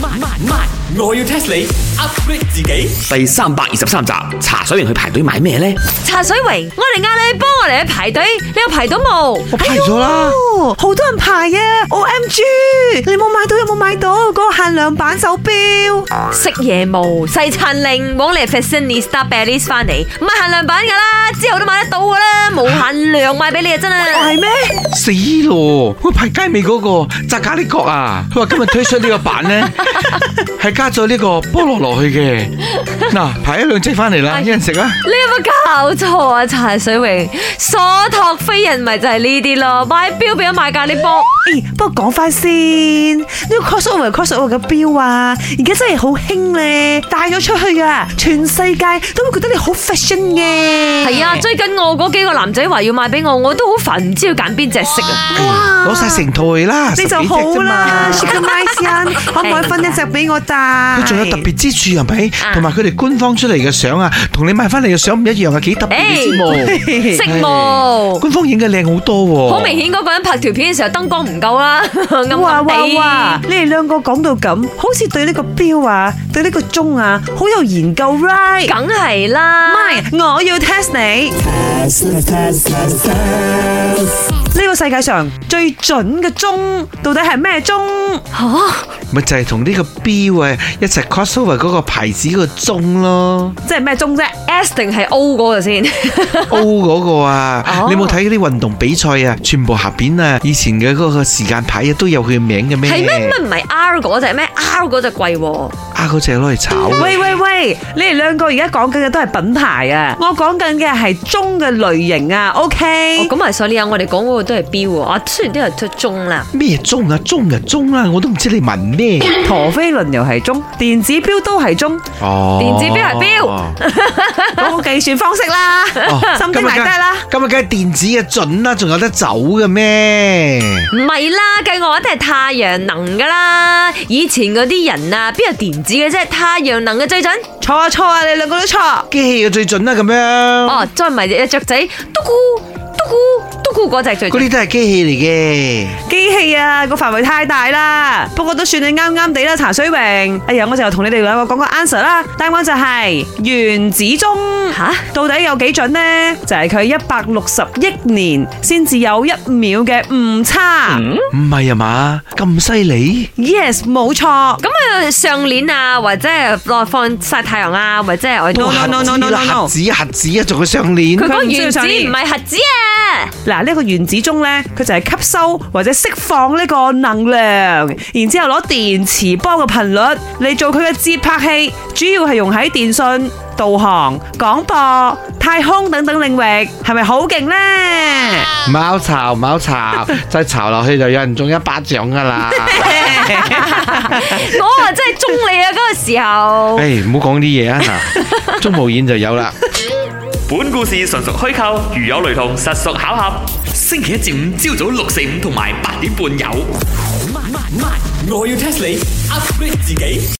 慢慢慢，我要 test 你 upgrade 自己。第三百二十三集，茶水榮去排隊買咩呢？茶水榮，我哋嗌你幫我哋去排隊，你有排到冇？我排咗哎啦，哦好多人排啊！O M G，你冇買到有冇買到嗰個限量版手錶？食嘢冇，西餐令，往嚟 fashionista Paris 翻嚟，唔係限量版噶啦，之後都買得到噶啦，無限量賣俾你啊，真係。係咩？死咯！我排街尾嗰、個炸咖喱角啊，佢話今日推出呢個版呢，係加咗呢個菠蘿落去嘅。嗱，排一兩隻翻嚟啦，一人食啦。你有冇搞錯啊？茶水榮，所託非人咪就係呢啲咯，買表俾我買咖喱波。誒，哎不過講翻先，呢個 crossover crossover 嘅錶啊，而家真係好興咧，帶咗出去噶，全世界都會覺得你好 fashion 嘅。係啊，追緊我嗰幾個男仔話要買俾我，我都好煩，唔知要揀邊隻色啊。攞晒成套去啦，你十幾隻就啫好啦嘛 s u p e r nice 啊，可唔可以分一隻俾我戴？佢仲有特別之處係啊咪？同埋佢哋官方出嚟嘅相啊，同你買翻嚟嘅相唔一樣啊，幾特別嘅節目。哎誒， 色冇。官方影嘅靚好多喎，好明顯嗰個人拍條片嘅時候燈光唔夠啦，暗哇暗哇哇地！。你哋兩個講到咁，好似對呢個錶啊，對呢個鐘啊，好有研究 right？梗係啦，咪，我要 test 你。呢個世界上最準嘅鐘到底係咩鐘？咪就係同呢個錶啊一齊 crossover 嗰個牌子個鐘咯即係咩鐘啫？ S 定係 O 嗰個先？ ，O 嗰個啊哦，你有冇睇嗰啲運動比賽啊？全部下邊啊，以前嘅嗰個時間牌啊都有佢嘅名嘅咩？係咩？咩唔係 R 嗰只咩？R 嗰只貴喎，哦啊，嗰隻攞嚟炒嘅。喂喂喂！你哋兩個而家講緊嘅都係品牌啊，我講緊嘅係鐘嘅類型啊。哦 OK，咁咪所以啊，我哋講嗰個都係錶喎，啊雖然都係出鐘啦，咩鐘啊？鐘啊鐘啦，我都唔知你問咩。陀飛輪又係鐘，電子錶都係 鐘，哦電子錶係錶。講個計算方式啦， 今心經日埋低啦。哦梗，今日梗係電子嘅準啦，仲有得走嘅咩？唔係啦，計我一定係太陽能噶啦，以前嗰啲人啊，邊有電子嘅啫，太陽能嘅最準。錯啊錯啊！你兩個都錯。機器嘅最準啦，咁樣嗯哦，再唔係隻雀仔嘟咕嘟咕嘟咕嗰只最嗰準。啲都係機器嚟嘅。機器啊，個範圍太大啦。不過都算你啱啱地啦，茶水榮。哎呀，我就同你哋兩個講個 answer 啦。答案就係原子鐘。吓到底有幾準呢？就係佢一百六十億年先至有一秒嘅誤差。唔嗯係啊嘛，咁犀利？ Yes，冇錯。咁啊，上年啊，或者係落放曬太陽啊，或者係我哋都 No, 核 no, no, no, 子 no, 啦 no, no. 核子核子啊，仲佢上鏈。佢講佢唔需要原子上年唔係核子啊。嗱，呢個原子鐘呢，佢就係吸收或者釋放呢個能量，然之後攞電磁波嘅頻率嚟做佢嘅節拍器，主要係用喺電訊、導航、廣播、太空等等領域，係咪好勁呢？冇嘈冇嘈，再嘈落去就有人中一巴掌噶啦。 我啊真係中你啊！嗰個時候，誒，唔好講啲嘢啊嗱，鍾無艷就有啦。本故事純屬虛構，如有雷同，實屬巧合。星期一至五朝早六四五同埋八點半有。慢慢慢，我要 test 你 upgrade 自己。